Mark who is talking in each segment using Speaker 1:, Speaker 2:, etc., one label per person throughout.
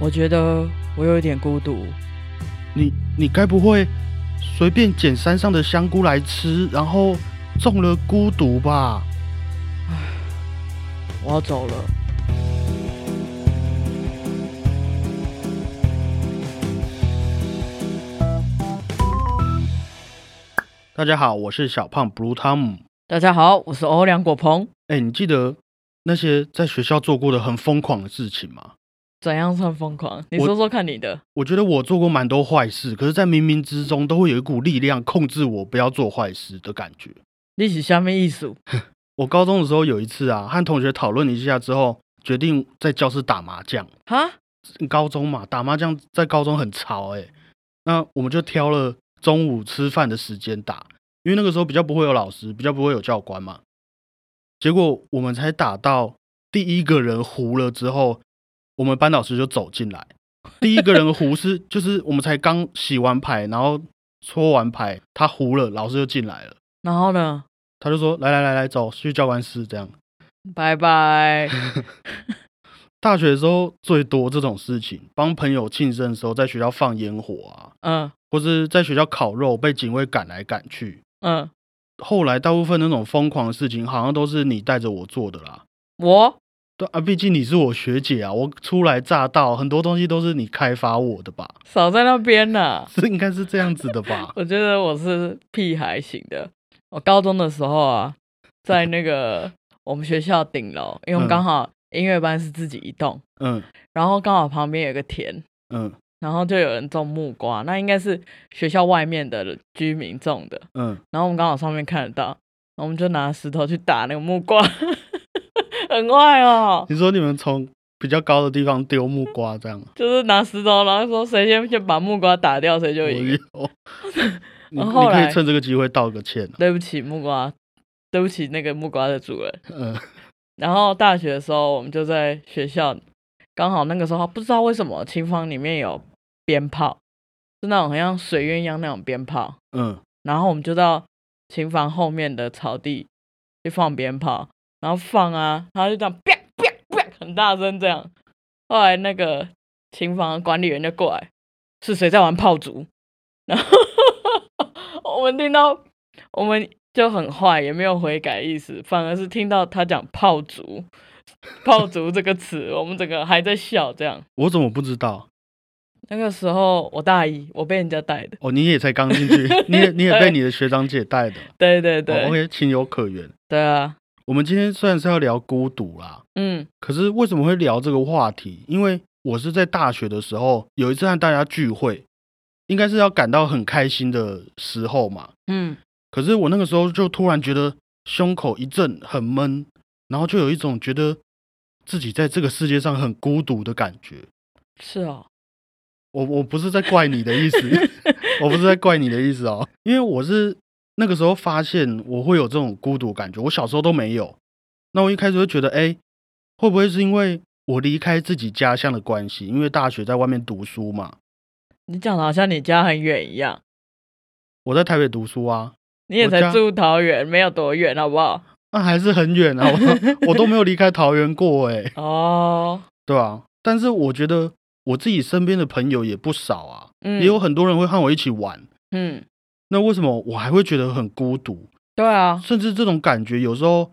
Speaker 1: 我觉得我有一点孤独。
Speaker 2: 你你该不会随便捡山上的香菇来吃，然后中了孤独吧？
Speaker 1: 我要走了。
Speaker 2: 大家好，我是小胖 Blue Tom。
Speaker 1: 大家好，我是欧良果鹏。
Speaker 2: 哎，你记得那些在学校做过的很疯狂的事情吗？
Speaker 1: 怎样算疯狂？你说说看你的。
Speaker 2: 我觉得我做过蛮多坏事，可是，在冥冥之中都会有一股力量控制我不要做坏事的感觉。
Speaker 1: 你是下面艺术？
Speaker 2: 我高中的时候有一次啊，和同学讨论一下之后，决定在教室打麻将。
Speaker 1: 哈？
Speaker 2: 高中嘛，打麻将在高中很潮哎、那我们就挑了中午吃饭的时间打，因为那个时候比较不会有老师，比较不会有教官嘛。结果我们才打到第一个人胡了之后，我们班导师就走进来。第一个人胡是就是我们才刚洗完牌，然后搓完牌，他胡了，老师就进来了。
Speaker 1: 然后呢？
Speaker 2: 他就说：“来来来来，走去教官室。”这样，
Speaker 1: 拜拜。
Speaker 2: 大学的时候最多这种事情，帮朋友庆生的时候，在学校放烟火啊，
Speaker 1: 嗯
Speaker 2: 或是在学校烤肉被警卫赶来赶去。
Speaker 1: 嗯，
Speaker 2: 后来大部分那种疯狂的事情，好像都是你带着我做的啦。
Speaker 1: 我
Speaker 2: 对啊，毕竟你是我学姐啊，我初来乍到，很多东西都是你开发我的吧？
Speaker 1: 少在那边呢。？
Speaker 2: 是应该是这样子的吧
Speaker 1: 我觉得我是屁孩型的。我高中的时候啊，在那个我们学校顶楼，因为我们
Speaker 2: 嗯
Speaker 1: 刚好音乐班是自己一栋，
Speaker 2: 嗯
Speaker 1: 然后刚好旁边有个田，
Speaker 2: 嗯
Speaker 1: 然后就有人种木瓜，那应该是学校外面的居民种的，
Speaker 2: 嗯，
Speaker 1: 然后我们刚好上面看得到，然后我们就拿石头去打那个木瓜， 很坏哦，
Speaker 2: 你说你们从比较高的地方丢木瓜这样，
Speaker 1: 就是拿石头，然后说谁先先把木瓜打掉，谁就
Speaker 2: 我
Speaker 1: 赢。
Speaker 2: 有。你
Speaker 1: 然
Speaker 2: 你
Speaker 1: 后后
Speaker 2: 可
Speaker 1: 来
Speaker 2: 以趁这个机会道个歉、啊。
Speaker 1: 对不起木瓜，对不起那个木瓜的主人。
Speaker 2: 嗯
Speaker 1: 然后大学的时候，我们就在学校，刚好那个时候不知道为什么琴房里面有鞭炮，是那种很像水鸳鸯那种鞭炮。
Speaker 2: 嗯
Speaker 1: 然后我们就到琴房后面的草地去放鞭炮，然后放啊，然后就这样啪啪啪很大声这样。后来那个琴房管理员就过来，是谁在玩炮竹？ 然后我们听到，我们就很坏，也没有悔改意思，反而是听到他讲炮竹。炮竹这个词，我们整个还在笑。这样，
Speaker 2: 我怎么不知道？
Speaker 1: 那个时候我大一，我被人家带的。
Speaker 2: 哦，你也才刚进去， 你也你也被你的学长姐带的。
Speaker 1: 对对哎对，
Speaker 2: o k 情有可原。
Speaker 1: 对啊，
Speaker 2: 我们今天虽然是要聊孤独啦，
Speaker 1: 嗯
Speaker 2: 可是为什么会聊这个话题？因为我是在大学的时候有一次和大家聚会，应该是要感到很开心的时候嘛。
Speaker 1: 嗯，
Speaker 2: 可是我那个时候就突然觉得胸口一阵很闷，然后就有一种觉得自己在这个世界上很孤独的感觉。
Speaker 1: 是哦。
Speaker 2: 我我不是在怪你的意思，我不是在怪你的意思哦，因为我是那个时候发现我会有这种孤独感觉，我小时候都没有。那我一开始就觉得，哎，会不会是因为我离开自己家乡的关系？因为大学在外面读书嘛，
Speaker 1: 你讲的好像你家很远一样，
Speaker 2: 我在台北读书啊，
Speaker 1: 你也
Speaker 2: 我
Speaker 1: 才
Speaker 2: 家
Speaker 1: 住桃园，没有多远，好不好？
Speaker 2: 那、还是很远啊，我我都没有离开桃园过、诶，哎，
Speaker 1: 哦，
Speaker 2: 对啊。但是我觉得我自己身边的朋友也不少啊，
Speaker 1: 嗯，
Speaker 2: 也有很多人会和我一起玩。
Speaker 1: 嗯，
Speaker 2: 那为什么我还会觉得很孤独？
Speaker 1: 对啊，
Speaker 2: 甚至这种感觉有时候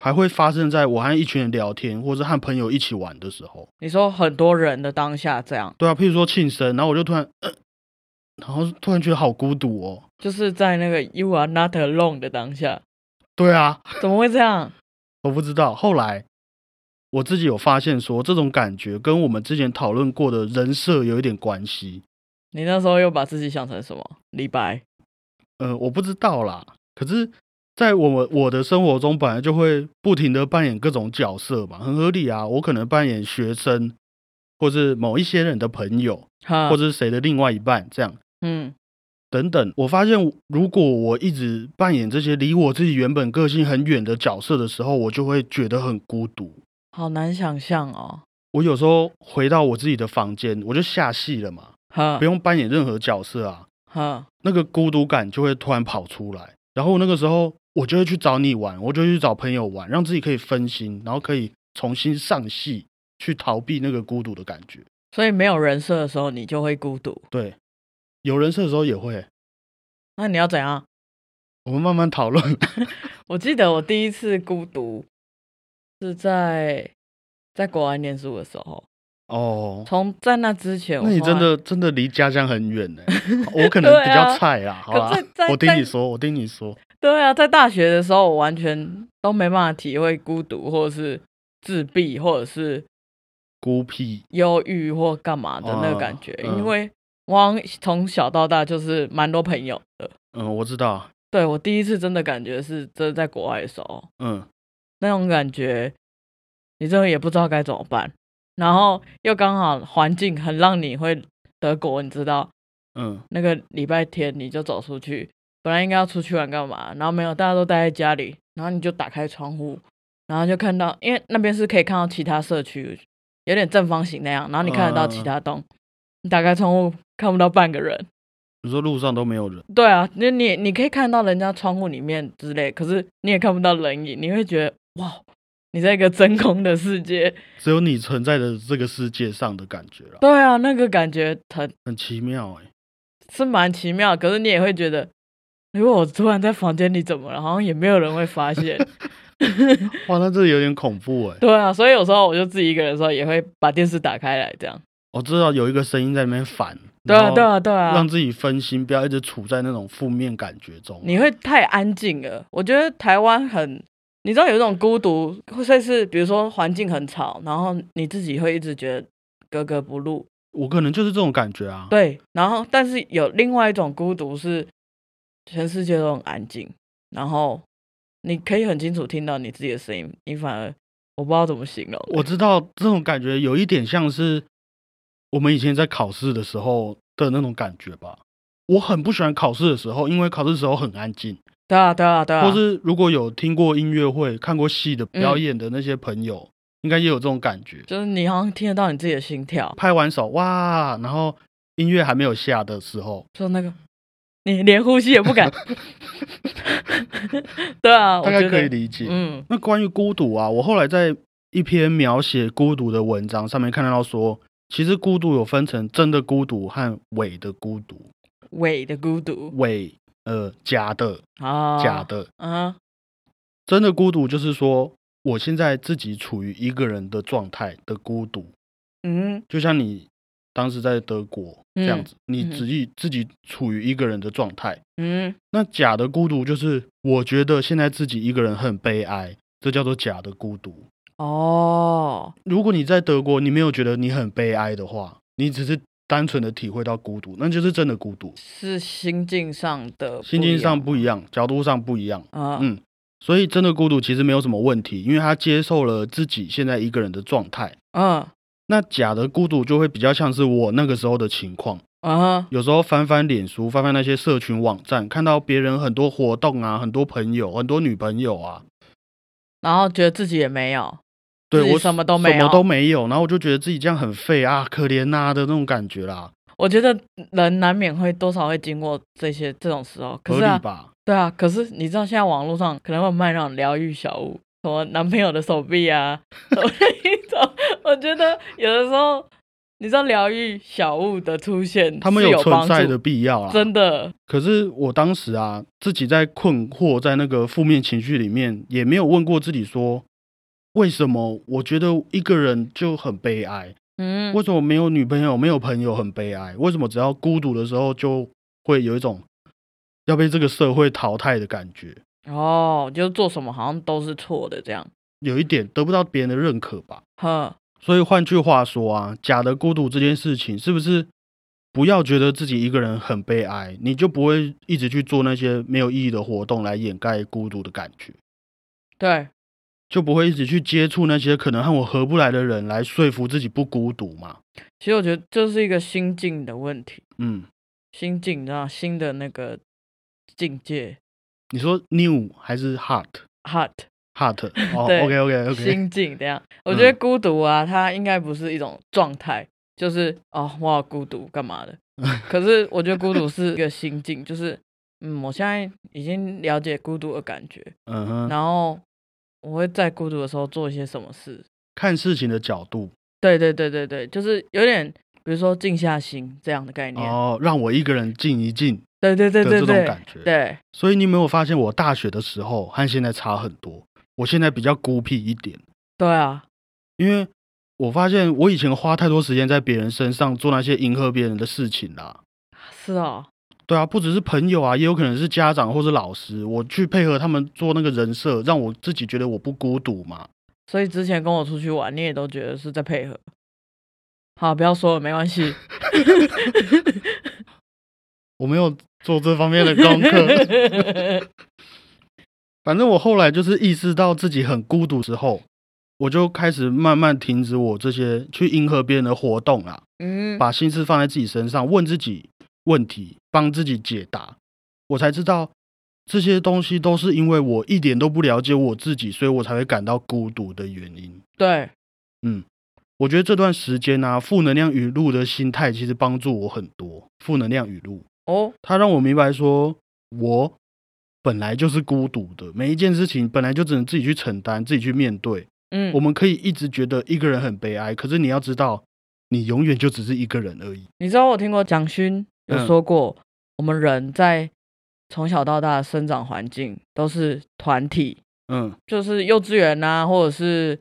Speaker 2: 还会发生在我和一群人聊天，或是和朋友一起玩的时候。
Speaker 1: 你说很多人的当下这样，
Speaker 2: 对啊，譬如说庆生，然后我就突然， 呃然后突然觉得好孤独哦。
Speaker 1: 就是在那个 you are not alone 的当下，
Speaker 2: 对啊，
Speaker 1: 怎么会这样？
Speaker 2: 我不知道。后来我自己有发现说，这种感觉跟我们之前讨论过的人设有一点关系。
Speaker 1: 你那时候又把自己想成什么？李白？
Speaker 2: 呃，我不知道啦。可是，在我我的生活中，本来就会不停的扮演各种角色嘛，很合理啊。我可能扮演学生，或是某一些人的朋友，
Speaker 1: 哈
Speaker 2: 或，者是谁的另外一半，这样
Speaker 1: 嗯，
Speaker 2: 等等。我发现，如果我一直扮演这些离我自己原本个性很远的角色的时候，我就会觉得很孤独。
Speaker 1: 好难想象哦，
Speaker 2: 我有时候回到我自己的房间，我就下戏了嘛，
Speaker 1: 哈
Speaker 2: 不，用扮演任何角色啊，
Speaker 1: 哈，
Speaker 2: 那个孤独感就会突然跑出来。然后那个时候，我就会去找你玩，我就会去找朋友玩，让自己可以分心，然后可以重新上戏，去逃避那个孤独的感觉。
Speaker 1: 所以没有人设的时候，你就会孤独。
Speaker 2: 对，有人设的时候也会，
Speaker 1: 那你要怎样？
Speaker 2: 我们慢慢讨论。
Speaker 1: 我记得我第一次孤独是在在国外念书的时候，
Speaker 2: 哦，
Speaker 1: 从在那之前，
Speaker 2: 那你真，的真的离家乡很远 呢。我可能
Speaker 1: 对
Speaker 2: 比较
Speaker 1: 啊
Speaker 2: 菜啦，好
Speaker 1: 可
Speaker 2: 吧
Speaker 1: 在在，
Speaker 2: 我听
Speaker 1: 在
Speaker 2: 你说，我听你说，
Speaker 1: 对啊，在大学的时候，我完全都没办法体会孤独，或者是自闭，或者是
Speaker 2: 孤僻，
Speaker 1: 忧郁或干嘛的那个感觉，
Speaker 2: 哦嗯
Speaker 1: 因为我好像从小到大就是蛮多朋友的。
Speaker 2: 嗯，我知道，
Speaker 1: 对我第一次真的感觉是，真的在国外的时候，
Speaker 2: 嗯，
Speaker 1: 那种感觉，你真的也不知道该怎么办，然后又刚好环境很让你会德国，你知道
Speaker 2: 嗯，
Speaker 1: 那个礼拜天你就走出去，本来应该要出去玩干嘛，然后没有，大家都待在家里，然后你就打开窗户，然后就看到，因为那边是可以看到其他社区，有点正方形那样，然后你看得到其他栋，你打开窗户看不到半个人，
Speaker 2: 你说路上都没有人，
Speaker 1: 对啊，那你你可以看到人家窗户里面之类，可是你也看不到人影，你会觉得哇，你在一个真空的世界。
Speaker 2: 只有你存在的这个世界上的感觉啦，
Speaker 1: 对啊，那个感觉很
Speaker 2: 很奇妙哎。
Speaker 1: 是蛮奇妙，可是你也会觉得，如果我突然在房间里怎么了，好像也没有人会发 现。
Speaker 2: 哇，那这有点恐怖哎。
Speaker 1: 对啊，所以有时候我就自己一个人的时候，也会把电视打开来这样。
Speaker 2: 我知道有一个声音在那边反，
Speaker 1: 对
Speaker 2: 然
Speaker 1: 啊，
Speaker 2: 后
Speaker 1: 对啊，对啊
Speaker 2: 让，自己分心，不要一直处在那种负面感觉中。啊
Speaker 1: 你会太安静了。我觉得台湾很，你知道有一种孤独，或者是比如说环境很吵，然后你自己会一直觉得格格不入。
Speaker 2: 我可能就是这种感觉啊。
Speaker 1: 对，然后但是有另外一种孤独是，全世界都很安静，然后你可以很清楚听到你自己的声音，你反而我不知道怎么形容。
Speaker 2: 我知道这种感觉有一点像是我们以前在考试的时候的那种感觉吧。我很不喜欢考试的时候，因为考试的时候很安静，
Speaker 1: 对啊，对啊，对嗯啊，
Speaker 2: 或是如果有听过音乐会、看过戏的表演的那些朋友，应该也有这种感觉。
Speaker 1: 就是你好像听得到你自己的心跳，
Speaker 2: 拍完手哇，然后音乐还没有下的时候，
Speaker 1: 就那个你连呼吸也不 敢。对啊，我
Speaker 2: 大概
Speaker 1: 觉
Speaker 2: 可
Speaker 1: 得，
Speaker 2: 以理解。
Speaker 1: 嗯
Speaker 2: 那关于孤独啊，我后来在一篇描写孤独的文章上面看到说，其实孤独有分成真的孤独和伪的孤独，
Speaker 1: 伪的孤独
Speaker 2: 伪呃假的
Speaker 1: 啊，
Speaker 2: 假，的，
Speaker 1: 啊，
Speaker 2: 真的孤独就是说我现在自己处于一个人的状态的孤独，
Speaker 1: 嗯
Speaker 2: 就像你当时在德国这样
Speaker 1: 嗯
Speaker 2: 子，你
Speaker 1: 嗯
Speaker 2: 自己自己处于一个人的状态。
Speaker 1: 嗯，
Speaker 2: 那假的孤独就是我觉得现在自己一个人很悲哀，这叫做假的孤独。
Speaker 1: 哦，
Speaker 2: 如果你在德国，你没有觉得你很悲哀的话，你只是单纯的体会到孤独，那就是真的孤独，
Speaker 1: 是心境上的，
Speaker 2: 心境上不一样，角度上不一样。
Speaker 1: 啊，
Speaker 2: 嗯所以真的孤独其实没有什么问题，因为他接受了自己现在一个人的状态。
Speaker 1: 嗯
Speaker 2: 那假的孤独就会比较像是我那个时候的情况，
Speaker 1: 啊。
Speaker 2: 有时候翻翻脸书，翻翻那些社群网站，看到别人很多活动啊，很多朋友，很多女朋友啊，
Speaker 1: 然后觉得自己也没有，
Speaker 2: 对
Speaker 1: 自己
Speaker 2: 我
Speaker 1: 什么都没
Speaker 2: 什么
Speaker 1: 有
Speaker 2: 都没有，然后我就觉得自己这样很废啊，可怜呐、的那种感觉啦，
Speaker 1: 我觉得人难免会多少会经过这些这种时候。可
Speaker 2: 合
Speaker 1: 是、
Speaker 2: 理
Speaker 1: 啊，
Speaker 2: 吧？
Speaker 1: 对啊，可是你知道现在网络上可能会有卖那种疗愈小物，什么男朋友的手臂啊， 什么那一种。我觉得有的时候，你知道疗愈小物的出现，
Speaker 2: 他们
Speaker 1: 有帮
Speaker 2: 存在
Speaker 1: 助
Speaker 2: 的必要啦。
Speaker 1: 真的，
Speaker 2: 可是我当时啊，自己在困惑，在那个负面情绪里面，也没有问过自己说，为什么我觉得一个人就很悲哀？
Speaker 1: 嗯
Speaker 2: 为，什么没有女朋友、没有朋友很悲哀？为什么只要孤独的时候就会有一种要被这个社会淘汰的感觉？
Speaker 1: 哦，就是做什么好像都是错的这样，
Speaker 2: 有一点得不到别人的认可吧。
Speaker 1: 呵，
Speaker 2: 所以换句话说啊，假的孤独这件事情，是不是不要觉得自己一个人很悲哀，你就不会一直去做那些没有意义的活动来掩盖孤独的感觉，
Speaker 1: 对，
Speaker 2: 就不会一直去接触那些可能和我合不来的人来说服自己不孤独嘛？
Speaker 1: 其实我觉得这是一个心境的问题，
Speaker 2: 嗯，
Speaker 1: 心境，你知道，新的那个境界
Speaker 2: 你说 new 还是 heart
Speaker 1: ，heart。
Speaker 2: heart？哦
Speaker 1: 对
Speaker 2: ，OK OK OK，
Speaker 1: 心境这样。我
Speaker 2: 嗯
Speaker 1: 觉得孤独啊，它应该不是一种状态，就是哦，我好孤独干 嘛的。可是我觉得孤独是一个心境，就是嗯，我现在已经了解孤独的感觉，
Speaker 2: 嗯哼，
Speaker 1: 然后我会在孤独的时候做一些什么事。
Speaker 2: 看事情的角度，
Speaker 1: 对对对对对，就是有点，比如说静下心这样的概念。
Speaker 2: 哦，让我一个人静一静
Speaker 1: 对对对
Speaker 2: 的
Speaker 1: 对
Speaker 2: 这种
Speaker 1: 对
Speaker 2: 感觉。
Speaker 1: 对，
Speaker 2: 所以你有没有发现，我大学的时候和现在差很多？我现在比较孤僻一点，
Speaker 1: 对啊，
Speaker 2: 因为我发现我以前花太多时间在别人身上做那些迎合别人的事情啦、
Speaker 1: 是哦，
Speaker 2: 对啊，不只是朋友啊，也有可能是家长或是老师，我去配合他们做那个人设，让我自己觉得我不孤独嘛。
Speaker 1: 所以之前跟我出去玩，你也都觉得是在配合。好，不要说了，没关 系。
Speaker 2: 我没有做这方面的功课， 反正我后来就是意识到自己很孤独之后，我就开始慢慢停止我这些去迎合别人的活动啦，
Speaker 1: 嗯，
Speaker 2: 把心思放在自己身上，问自己问题，帮自己解答。我才知道这些东西都是因为我一点都不了解我自己，所以我才会感到孤独的原因。嗯
Speaker 1: 对，
Speaker 2: 我觉得这段时间啊，负能量语录的心态其实帮助我很多。负能量语录，
Speaker 1: 哦，
Speaker 2: 它让我明白说，我本来就是孤独的，每一件事情本来就只能自己去承担、自己去面对。
Speaker 1: 嗯，
Speaker 2: 我们可以一直觉得一个人很悲哀，可是你要知道，你永远就只是一个人而已。
Speaker 1: 你知道我听过蒋勋有
Speaker 2: 嗯
Speaker 1: 说过，我们人在从小到大的生长环境都是团体，
Speaker 2: 嗯，
Speaker 1: 就是幼稚园啊，或者是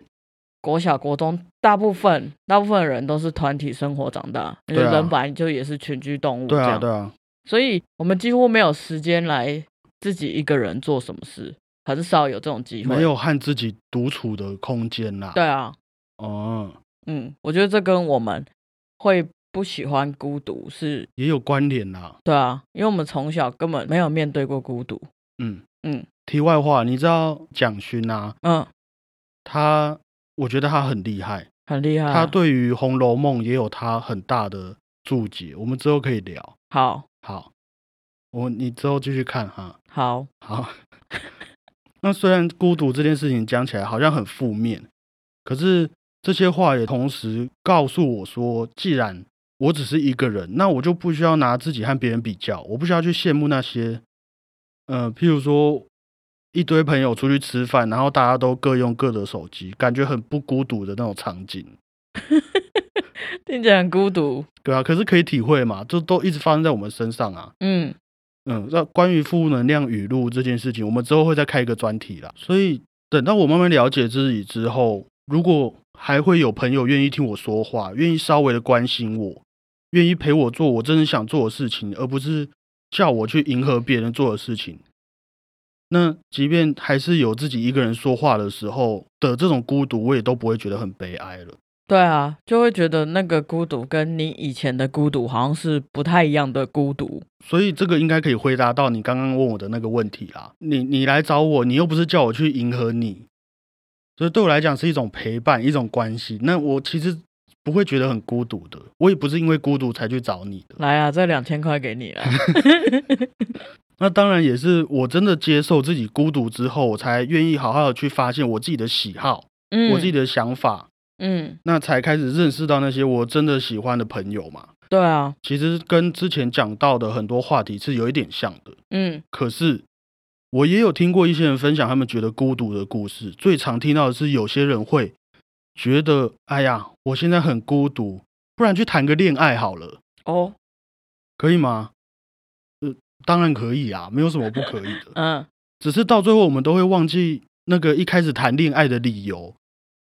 Speaker 1: 国小、国中，大部分大部分人都是团体生活长大，因为
Speaker 2: 对啊
Speaker 1: 人本来就也是群居动物这
Speaker 2: 对啊，
Speaker 1: 样，
Speaker 2: 对啊，
Speaker 1: 所以我们几乎没有时间来自己一个人做什么事，很少有这种机会。
Speaker 2: 没，有和自己独处的空间啦。
Speaker 1: 对，啊，
Speaker 2: 哦、
Speaker 1: 嗯，我觉得这跟我们会不喜欢孤独是
Speaker 2: 也有关联啦。
Speaker 1: 对啊，因为我们从小根本没有面对过孤独。
Speaker 2: 嗯
Speaker 1: 嗯。
Speaker 2: 题外话，你知道蒋勋啊，
Speaker 1: 嗯，
Speaker 2: 他我觉得他很厉害。
Speaker 1: 很厉害啊。
Speaker 2: 他对于《红楼梦》也有他很大的注解，我们之后可以聊。
Speaker 1: 好
Speaker 2: 好，我你之后继续看哈。
Speaker 1: 好，
Speaker 2: 好， 那虽然孤独这件事情讲起来好像很负面，可是这些话也同时告诉我说，既然我只是一个人，那我就不需要拿自己和别人比较，我不需要去羡慕那些，呃，譬如说一堆朋友出去吃饭，然后大家都各用各的手机，感觉很不孤独的那种场景。
Speaker 1: 听起来很孤独。
Speaker 2: 对啊，可是可以体会嘛，这都一直发生在我们身上啊。
Speaker 1: 嗯，
Speaker 2: 嗯，那关于负能量语录这件事情，我们之后会再开一个专题啦。所以等到我慢慢了解自己之后，如果还会有朋友愿意听我说话，愿意稍微的关心我，愿意陪我做我真正想做的事情，而不是叫我去迎合别人做的事情。那即便还是有自己一个人说话的时候的这种孤独，我也都不会觉得很悲哀了。
Speaker 1: 对啊，就会觉得那个孤独跟你以前的孤独好像是不太一样的孤独。
Speaker 2: 所以这个应该可以回答到你刚刚问我的那个问题啦。你你来找我，你又不是叫我去迎合你，所以对我来讲是一种陪伴，一种关系。那我其实不会觉得很孤独的，我也不是因为孤独才去找你的。
Speaker 1: 来啊，这两千块给你 了。
Speaker 2: 那当然也是我真的接受自己孤独之后，我才愿意好好的去发现我自己的喜好，
Speaker 1: 嗯，
Speaker 2: 我自己的想法，
Speaker 1: 嗯，
Speaker 2: 那才开始认识到那些我真的喜欢的朋友嘛。
Speaker 1: 对啊，
Speaker 2: 其实跟之前讲到的很多话题是有一点像的。
Speaker 1: 嗯，
Speaker 2: 可是我也有听过一些人分享他们觉得孤独的故事，最常听到的是有些人会觉得，哎呀，我现在很孤独，不然去谈个恋爱好了，
Speaker 1: 哦，
Speaker 2: 可以吗？呃，当然可以啊，没有什么不可以 的。
Speaker 1: 嗯，
Speaker 2: 只是到最后，我们都会忘记那个一开始谈恋爱的理由，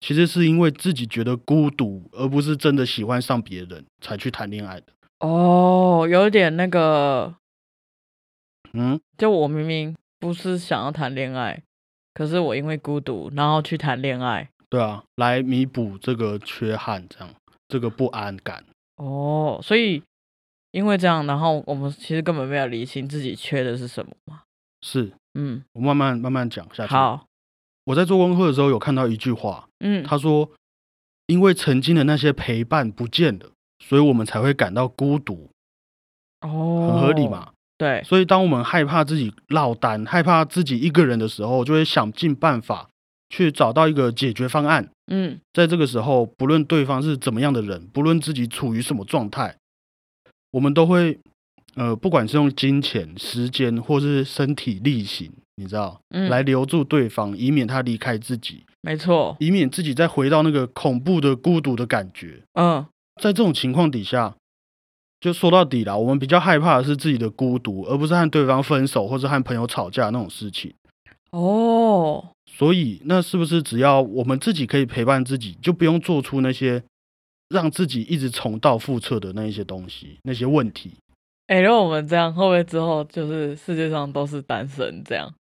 Speaker 2: 其实是因为自己觉得孤独，而不是真的喜欢上别人才去谈恋爱的。
Speaker 1: 哦，有点那个，
Speaker 2: 嗯，
Speaker 1: 就我明明不是想要谈恋爱，可是我因为孤独，然后去谈恋爱。
Speaker 2: 对啊，来弥补这个缺憾，这样这个不安感。
Speaker 1: 哦，所以因为这样，然后我们其实根本没有理清自己缺的是什么嘛。
Speaker 2: 是，
Speaker 1: 嗯，
Speaker 2: 我慢慢慢慢讲下去。，
Speaker 1: 好，
Speaker 2: 我在做功课的时候有看到一句话，
Speaker 1: 嗯，
Speaker 2: 他说：“因为曾经的那些陪伴不见了，所以我们才会感到孤独，
Speaker 1: 哦，
Speaker 2: 很合理？嘛。
Speaker 1: 对，
Speaker 2: 所以当我们害怕自己落单、害怕自己一个人的时候，就会想尽办法去找到一个解决方案。
Speaker 1: 嗯，
Speaker 2: 在这个时候，不论对方是怎么样的人，不论自己处于什么状态，我们都会，呃，不管是用金钱、时间，或是身体力行，你知道，
Speaker 1: 嗯
Speaker 2: 来留住对方，以免他离开自己，
Speaker 1: 没错，
Speaker 2: 以免自己再回到那个恐怖的孤独的感觉。
Speaker 1: 嗯，
Speaker 2: 在这种情况底下，就说到底啦，我们比较害怕的是自己的孤独，而不是和对方分手或是和朋友吵架那种事情。
Speaker 1: 哦，
Speaker 2: 所以，那是不是只要我们自己可以陪伴自己，就不用做出那些让自己一直重蹈覆辙的那一些东西、那些问题？
Speaker 1: 哎、如果我们这样，会不会之后就是世界上都是单身这样？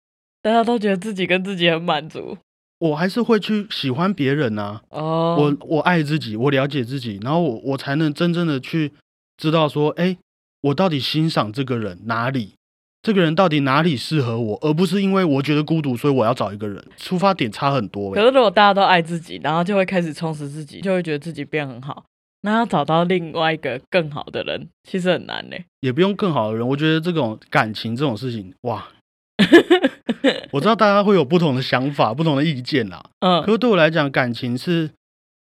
Speaker 1: 大家都觉得自己跟自己很满足
Speaker 2: 我还是会去喜欢别人啊，
Speaker 1: 哦。
Speaker 2: 我我爱自己，我了解自己，然后我我才能真正的去知道说，哎，我到底欣赏这个人哪里，这个人到底哪里适合我，而不是因为我觉得孤独，所以我要找一个人，出发点差很多、
Speaker 1: 可
Speaker 2: 欸。
Speaker 1: 是如果大家都爱自己，然后就会开始充实自己，就会觉得自己变很好。那要找到另外一个更好的人，其实很难呢。欸
Speaker 2: 也不用更好的人，我觉得这种感情这种事情， 哇，我知道大家会有不同的想法、不同的意见啦。可
Speaker 1: 嗯，
Speaker 2: 是对我来讲，感情是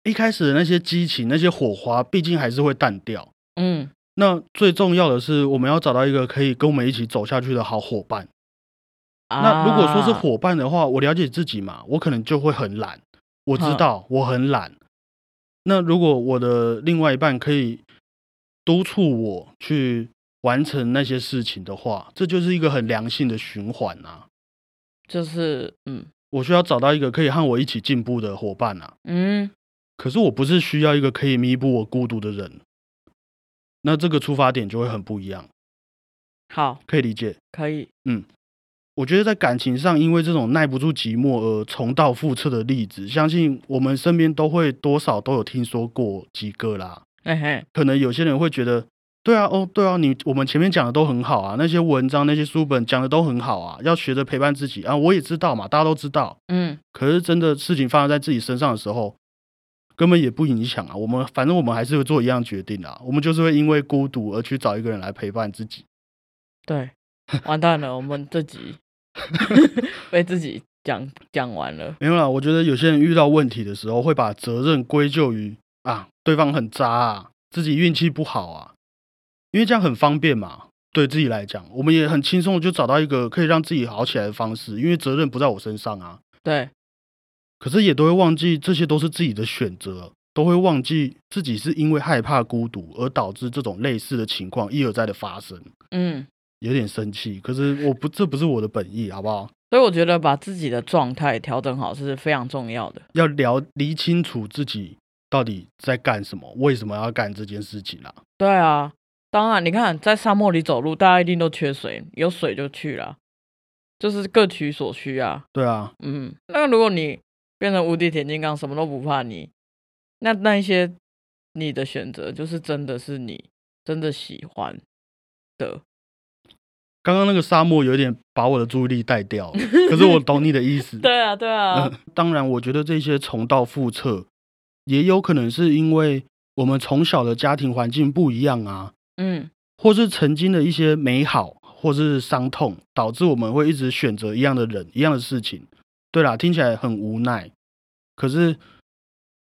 Speaker 2: 一开始的那些激情、那些火花，毕竟还是会淡掉。
Speaker 1: 嗯，
Speaker 2: 那最重要的是，我们要找到一个可以跟我们一起走下去的好伙伴。那如果说是
Speaker 1: 啊，
Speaker 2: 伙伴的话，我了解自己嘛，我可能就会很懒。我知
Speaker 1: 嗯
Speaker 2: 道我很懒。那如果我的另外一半可以督促我去完成那些事情的话，这就是一个很良性的循环啊。
Speaker 1: 就是嗯
Speaker 2: 我需要找到一个可以和我一起进步的伙伴啊。
Speaker 1: 嗯，
Speaker 2: 可是我不是需要一个可以弥补我孤独的人。那这个出发点就会很不一样，
Speaker 1: 好，
Speaker 2: 可以理解。
Speaker 1: 可以，
Speaker 2: 我觉得在感情上，因为这种耐不住寂寞而重蹈覆辙的例子，相信我们身边都会多少都有听说过几个啦。
Speaker 1: 嘿嘿，
Speaker 2: 可能有些人会觉得，对啊，哦，对啊，你我们前面讲的都很好啊，那些文章、那些书本讲的都很好啊，要学着陪伴自己啊，我也知道嘛，大家都知道。
Speaker 1: 嗯，
Speaker 2: 可是真的事情发生在自己身上的时候，根本也不影响啊。我们反正我们还是会做一样决定啊，我们就是会因为孤独而去找一个人来陪伴自己。
Speaker 1: 对，完蛋了，我们自己被自己讲讲完了，
Speaker 2: 没有啦，我觉得有些人遇到问题的时候，会把责任归咎于啊，对方很渣啊，自己运气不好啊，因为这样很方便嘛。对自己来讲，我们也很轻松的就找到一个可以让自己好起来的方式，因为责任不在我身上啊。
Speaker 1: 对，
Speaker 2: 可是也都会忘记这些都是自己的选择，都会忘记自己是因为害怕孤独而导致这种类似的情况一而再的发生，
Speaker 1: 嗯，
Speaker 2: 有点生气。可是我不，这不是我的本意，好不好？
Speaker 1: 所以我觉得把自己的状态调整好是非常重要的。
Speaker 2: 要聊理清楚自己到底在干什么，为什么要干这件事情啦、
Speaker 1: 对啊，当然，你看在沙漠里走路，大家一定都缺水，有水就去啦，就是各取所需啊。
Speaker 2: 对啊，
Speaker 1: 嗯，那如果你变成无敌铁金刚，什么都不怕你，那那一些你的选择，就是真的是你真的喜欢的。
Speaker 2: 刚刚那个沙漠有点把我的注意力 带掉了，可是我懂你的意思。嗯
Speaker 1: 对啊，对 啊，
Speaker 2: 当然，我觉得这些重蹈覆辙，也有可能是因为我们从小的家庭环境不一样啊，
Speaker 1: 嗯，
Speaker 2: 或是曾经的一些美好或是伤痛，导致我们会一直选择一样的人、一样的事情。对啦，听起来很无奈，可是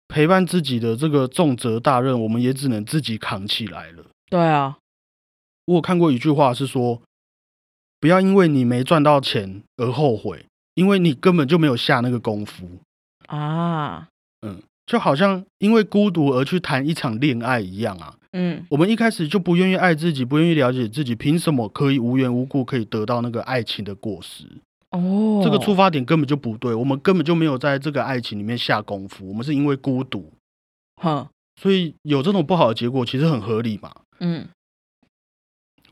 Speaker 2: 陪伴自己的这个重责大任，我们也只能自己扛起来了。
Speaker 1: 对啊，
Speaker 2: 我有看过一句话是说，不要因为你没赚到钱而后悔，因为你根本就没有下那个功夫。
Speaker 1: 啊，
Speaker 2: 就好像因为孤独而去谈一场恋爱一样啊，
Speaker 1: 嗯，
Speaker 2: 我们一开始就不愿意爱自己，不愿意了解自己，凭什么可以无缘无故可以得到那个爱情的果实？
Speaker 1: 哦，
Speaker 2: 这个出发点根本就不对，我们根本就没有在这个爱情里面下功夫，我们是因为孤独，
Speaker 1: 哼，
Speaker 2: 所以有这种不好的结果，其实很合理嘛。
Speaker 1: 嗯，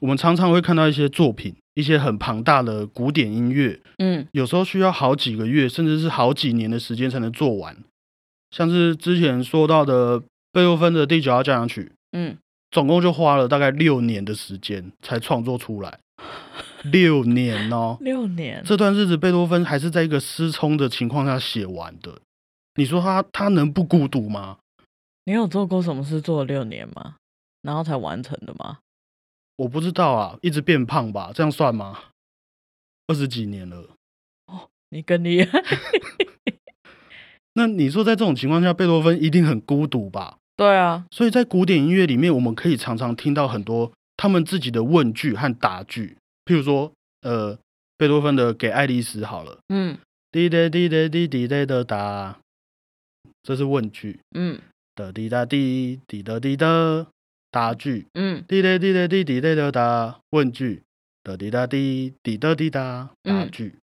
Speaker 2: 我们常常会看到一些作品，一些很庞大的古典音乐，
Speaker 1: 嗯，
Speaker 2: 有时候需要好几个月，甚至是好几年的时间才能做完。像是之前说到的贝多芬的第九号交响曲，
Speaker 1: 嗯，，
Speaker 2: 总共就花了大概六年的时间才创作出来，六年哦
Speaker 1: 六年，
Speaker 2: 这段日子贝多芬还是在一个失聪的情况下写完的。你说他他能不孤独吗？
Speaker 1: 你有做过什么事做了六年吗？然后才完成的吗？
Speaker 2: 我不知道啊，一直变胖吧，这样算吗？二十几年了，
Speaker 1: 你更厉害，
Speaker 2: 那你说在这种情况下，贝多芬一定很孤独吧？
Speaker 1: 对啊，
Speaker 2: 所以在古典音乐里面，我们可以常常听到很多他们自己的问句和答句，譬如说，呃，贝多芬的《给爱丽丝》好了。
Speaker 1: 嗯，
Speaker 2: 滴答滴答滴滴答的答，这是问句。
Speaker 1: 嗯
Speaker 2: 的滴答滴滴答滴答，答句。
Speaker 1: 嗯
Speaker 2: 滴答滴答滴滴答答答，问句。的滴答滴滴答滴答，答
Speaker 1: 嗯
Speaker 2: 句。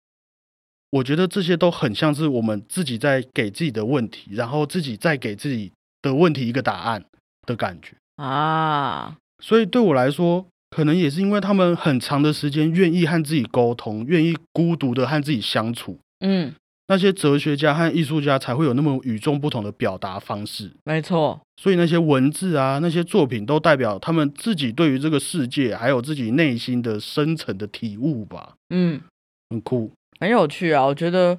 Speaker 2: 我觉得这些都很像是我们自己在给自己的问题，然后自己再给自己的问题一个答案的感觉。
Speaker 1: 啊，
Speaker 2: 所以对我来说，可能也是因为他们很长的时间愿意和自己沟通，愿意孤独的和自己相处，
Speaker 1: 嗯，
Speaker 2: 那些哲学家和艺术家才会有那么与众不同的表达方式。
Speaker 1: 没错，
Speaker 2: 所以那些文字啊，那些作品都代表他们自己对于这个世界，还有自己内心的深层的体悟吧，
Speaker 1: 嗯，
Speaker 2: 很酷。
Speaker 1: 很有趣啊。我觉得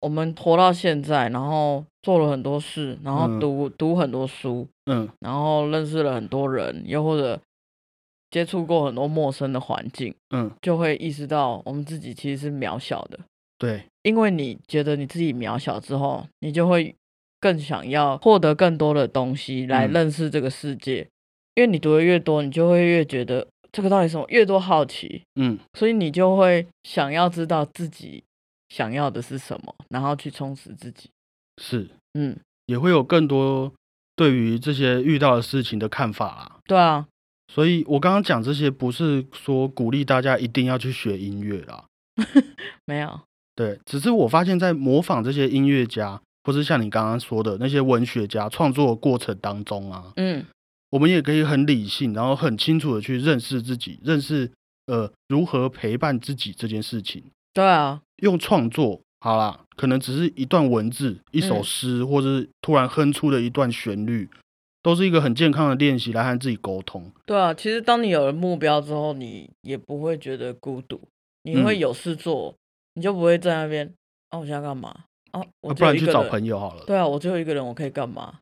Speaker 1: 我们活到现在，然后做了很多事，然后
Speaker 2: 嗯
Speaker 1: 读、读很多书，
Speaker 2: 嗯
Speaker 1: 然后认识了很多人，又或者接触过很多陌生的环境，
Speaker 2: 嗯，
Speaker 1: 就会意识到我们自己其实是渺小的。
Speaker 2: 对，
Speaker 1: 因为你觉得你自己渺小之后，你就会更想要获得更多的东西来
Speaker 2: 嗯
Speaker 1: 认识这个世界。因为你读的越多，你就会越觉得这个到底什么，越多好奇，
Speaker 2: 嗯
Speaker 1: 所以你就会想要知道自己想要的是什么，然后去充实自己。
Speaker 2: 是，
Speaker 1: 嗯，
Speaker 2: 也会有更多对于这些遇到的事情的看法啦。
Speaker 1: 对啊，
Speaker 2: 所以我刚刚讲这些，不是说鼓励大家一定要去学音乐啦，
Speaker 1: 没有，
Speaker 2: 对，只是我发现，在模仿这些音乐家，或是像你刚刚说的那些文学家创作的过程当中啊，
Speaker 1: 嗯
Speaker 2: 我们也可以很理性，然后很清楚的去认识自己，认识呃如何陪伴自己这件事情，
Speaker 1: 对啊，
Speaker 2: 用创作。好啦，可能只是一段文字、一首
Speaker 1: 嗯
Speaker 2: 诗，或是突然哼出的一段旋律，都是一个很健康的练习来和自己沟通。
Speaker 1: 对啊。其实当你有了目标之后，你也不会觉得孤独，你会
Speaker 2: 嗯
Speaker 1: 有事做，你就不会在那边啊，我现在干嘛？啊，我
Speaker 2: 啊、
Speaker 1: 只
Speaker 2: 不
Speaker 1: 有
Speaker 2: 然
Speaker 1: 一
Speaker 2: 去
Speaker 1: 个
Speaker 2: 找
Speaker 1: 人
Speaker 2: 朋友好了。
Speaker 1: 对啊，我只有一个人，我可以干嘛？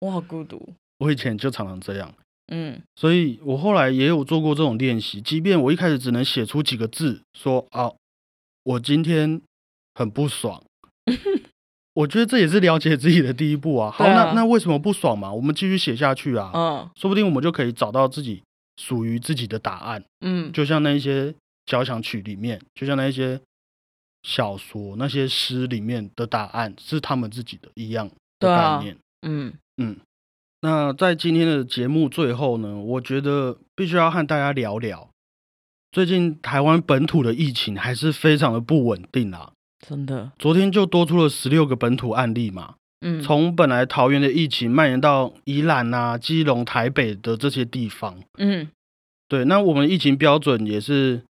Speaker 1: 我好孤独。
Speaker 2: 我以前就常常这样。
Speaker 1: 嗯
Speaker 2: 所以我后来也有做过这种练习，即便我一开始只能写出几个字，说啊，我今天很不 爽。我觉得这也是了解自己的第一步啊。好，
Speaker 1: 嗯对啊
Speaker 2: 那那为什么不爽嘛？我们继续写下去啊，
Speaker 1: 嗯
Speaker 2: 说不定我们就可以找到自己属于自己的答案。
Speaker 1: 嗯，
Speaker 2: 就像那一些交响曲里面，就像那一些小说、那些诗里面的答案是他们自己的一样
Speaker 1: 对
Speaker 2: 的
Speaker 1: 啊
Speaker 2: 概念。
Speaker 1: 嗯
Speaker 2: 那在今天的节目最后呢，我觉得必须要和大家聊聊，最近台湾本土的疫情还是非常的不稳定啊。
Speaker 1: 真的，
Speaker 2: 昨天就多出了十六个本土案例嘛，
Speaker 1: 嗯，
Speaker 2: 从本来桃园的疫情蔓延到宜兰啊、基隆、台北的这些地方。
Speaker 1: 嗯
Speaker 2: 对，那我们疫情标准也是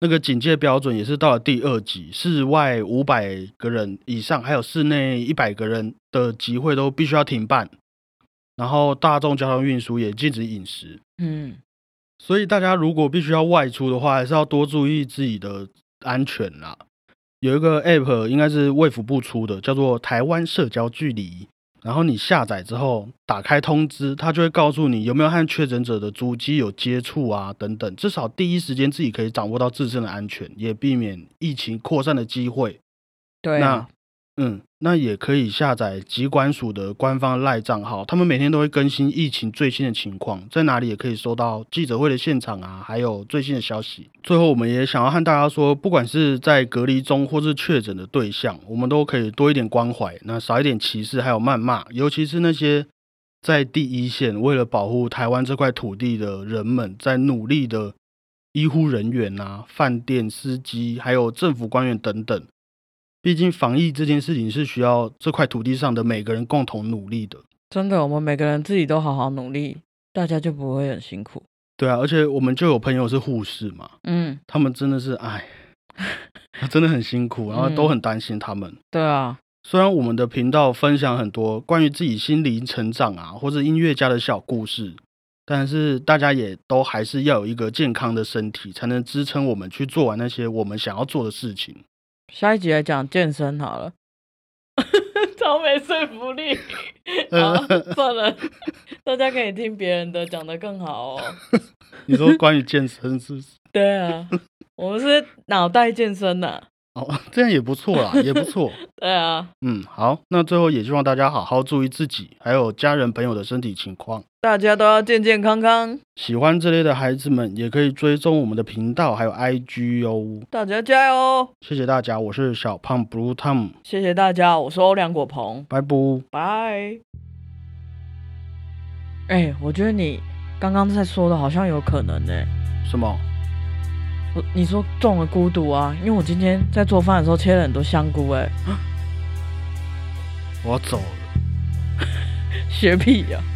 Speaker 2: 那个警戒标准也是到了第二级，室外五百个人以上，还有室内一百个人的集会都必须要停办，然后大众交通运输也禁止饮食。
Speaker 1: 嗯，
Speaker 2: 所以大家如果必须要外出的话，还是要多注意自己的安全啦。有一个 app 应该是卫福部出的，叫做台湾社交距离。然后你下载之后，打开通知，它就会告诉你有没有和确诊者的足迹有接触啊，等等。至少第一时间自己可以掌握到自身的安全，也避免疫情扩散的机会。
Speaker 1: 对啊，
Speaker 2: 那嗯，那也可以下载疾管署的官方赖账号，他们每天都会更新疫情最新的情况，在哪里也可以收到记者会的现场啊，还有最新的消息。最后，我们也想要和大家说，不管是在隔离中或是确诊的对象，我们都可以多一点关怀，那少一点歧视还有谩骂，尤其是那些。在第一线，为了保护台湾这块土地的人们，在努力的医护人员啊、饭店司机，还有政府官员等等，毕竟防疫这件事情是需要这块土地上的每个人共同努力的。
Speaker 1: 真的，我们每个人自己都好好努力，大家就不会很辛苦。
Speaker 2: 对啊，而且我们就有朋友是护士嘛，
Speaker 1: 嗯，
Speaker 2: 他们真的是哎， 真的很辛苦，然后都很担心他们。
Speaker 1: 对啊，
Speaker 2: 虽然我们的频道分享很多关于自己心灵成长啊，或者音乐家的小故事，但是大家也都还是要有一个健康的身体，才能支撑我们去做完那些我们想要做的事情。
Speaker 1: 下一集来讲健身好了。 超没说服 力，好，算了， 大家可以听别人的，讲得更好哦。
Speaker 2: 你说关于健身是不是？
Speaker 1: 对啊，我们是脑袋健身呐、
Speaker 2: 哦，这样也不错啦，也不错。
Speaker 1: 对啊，
Speaker 2: 嗯，好，那最后也希望大家好好注意自己，还有家人朋友的身体情况。
Speaker 1: 大家都要健健康康，
Speaker 2: 喜欢这类的孩子们，也可以追踪我们的频道，还有 IG 哦。
Speaker 1: 大家加油！
Speaker 2: 谢谢大家，我是小胖 Blue Tom，
Speaker 1: 谢谢大家，我是欧良果鹏，
Speaker 2: 拜拜。
Speaker 1: 拜。哎、我觉得你刚刚在说的好像有可能呢、欸
Speaker 2: 什么？
Speaker 1: 我你说中了孤独啊，因为我今天在做饭的时候切了很多香菇、哎，
Speaker 2: 我要走了。
Speaker 1: 学屁呀、啊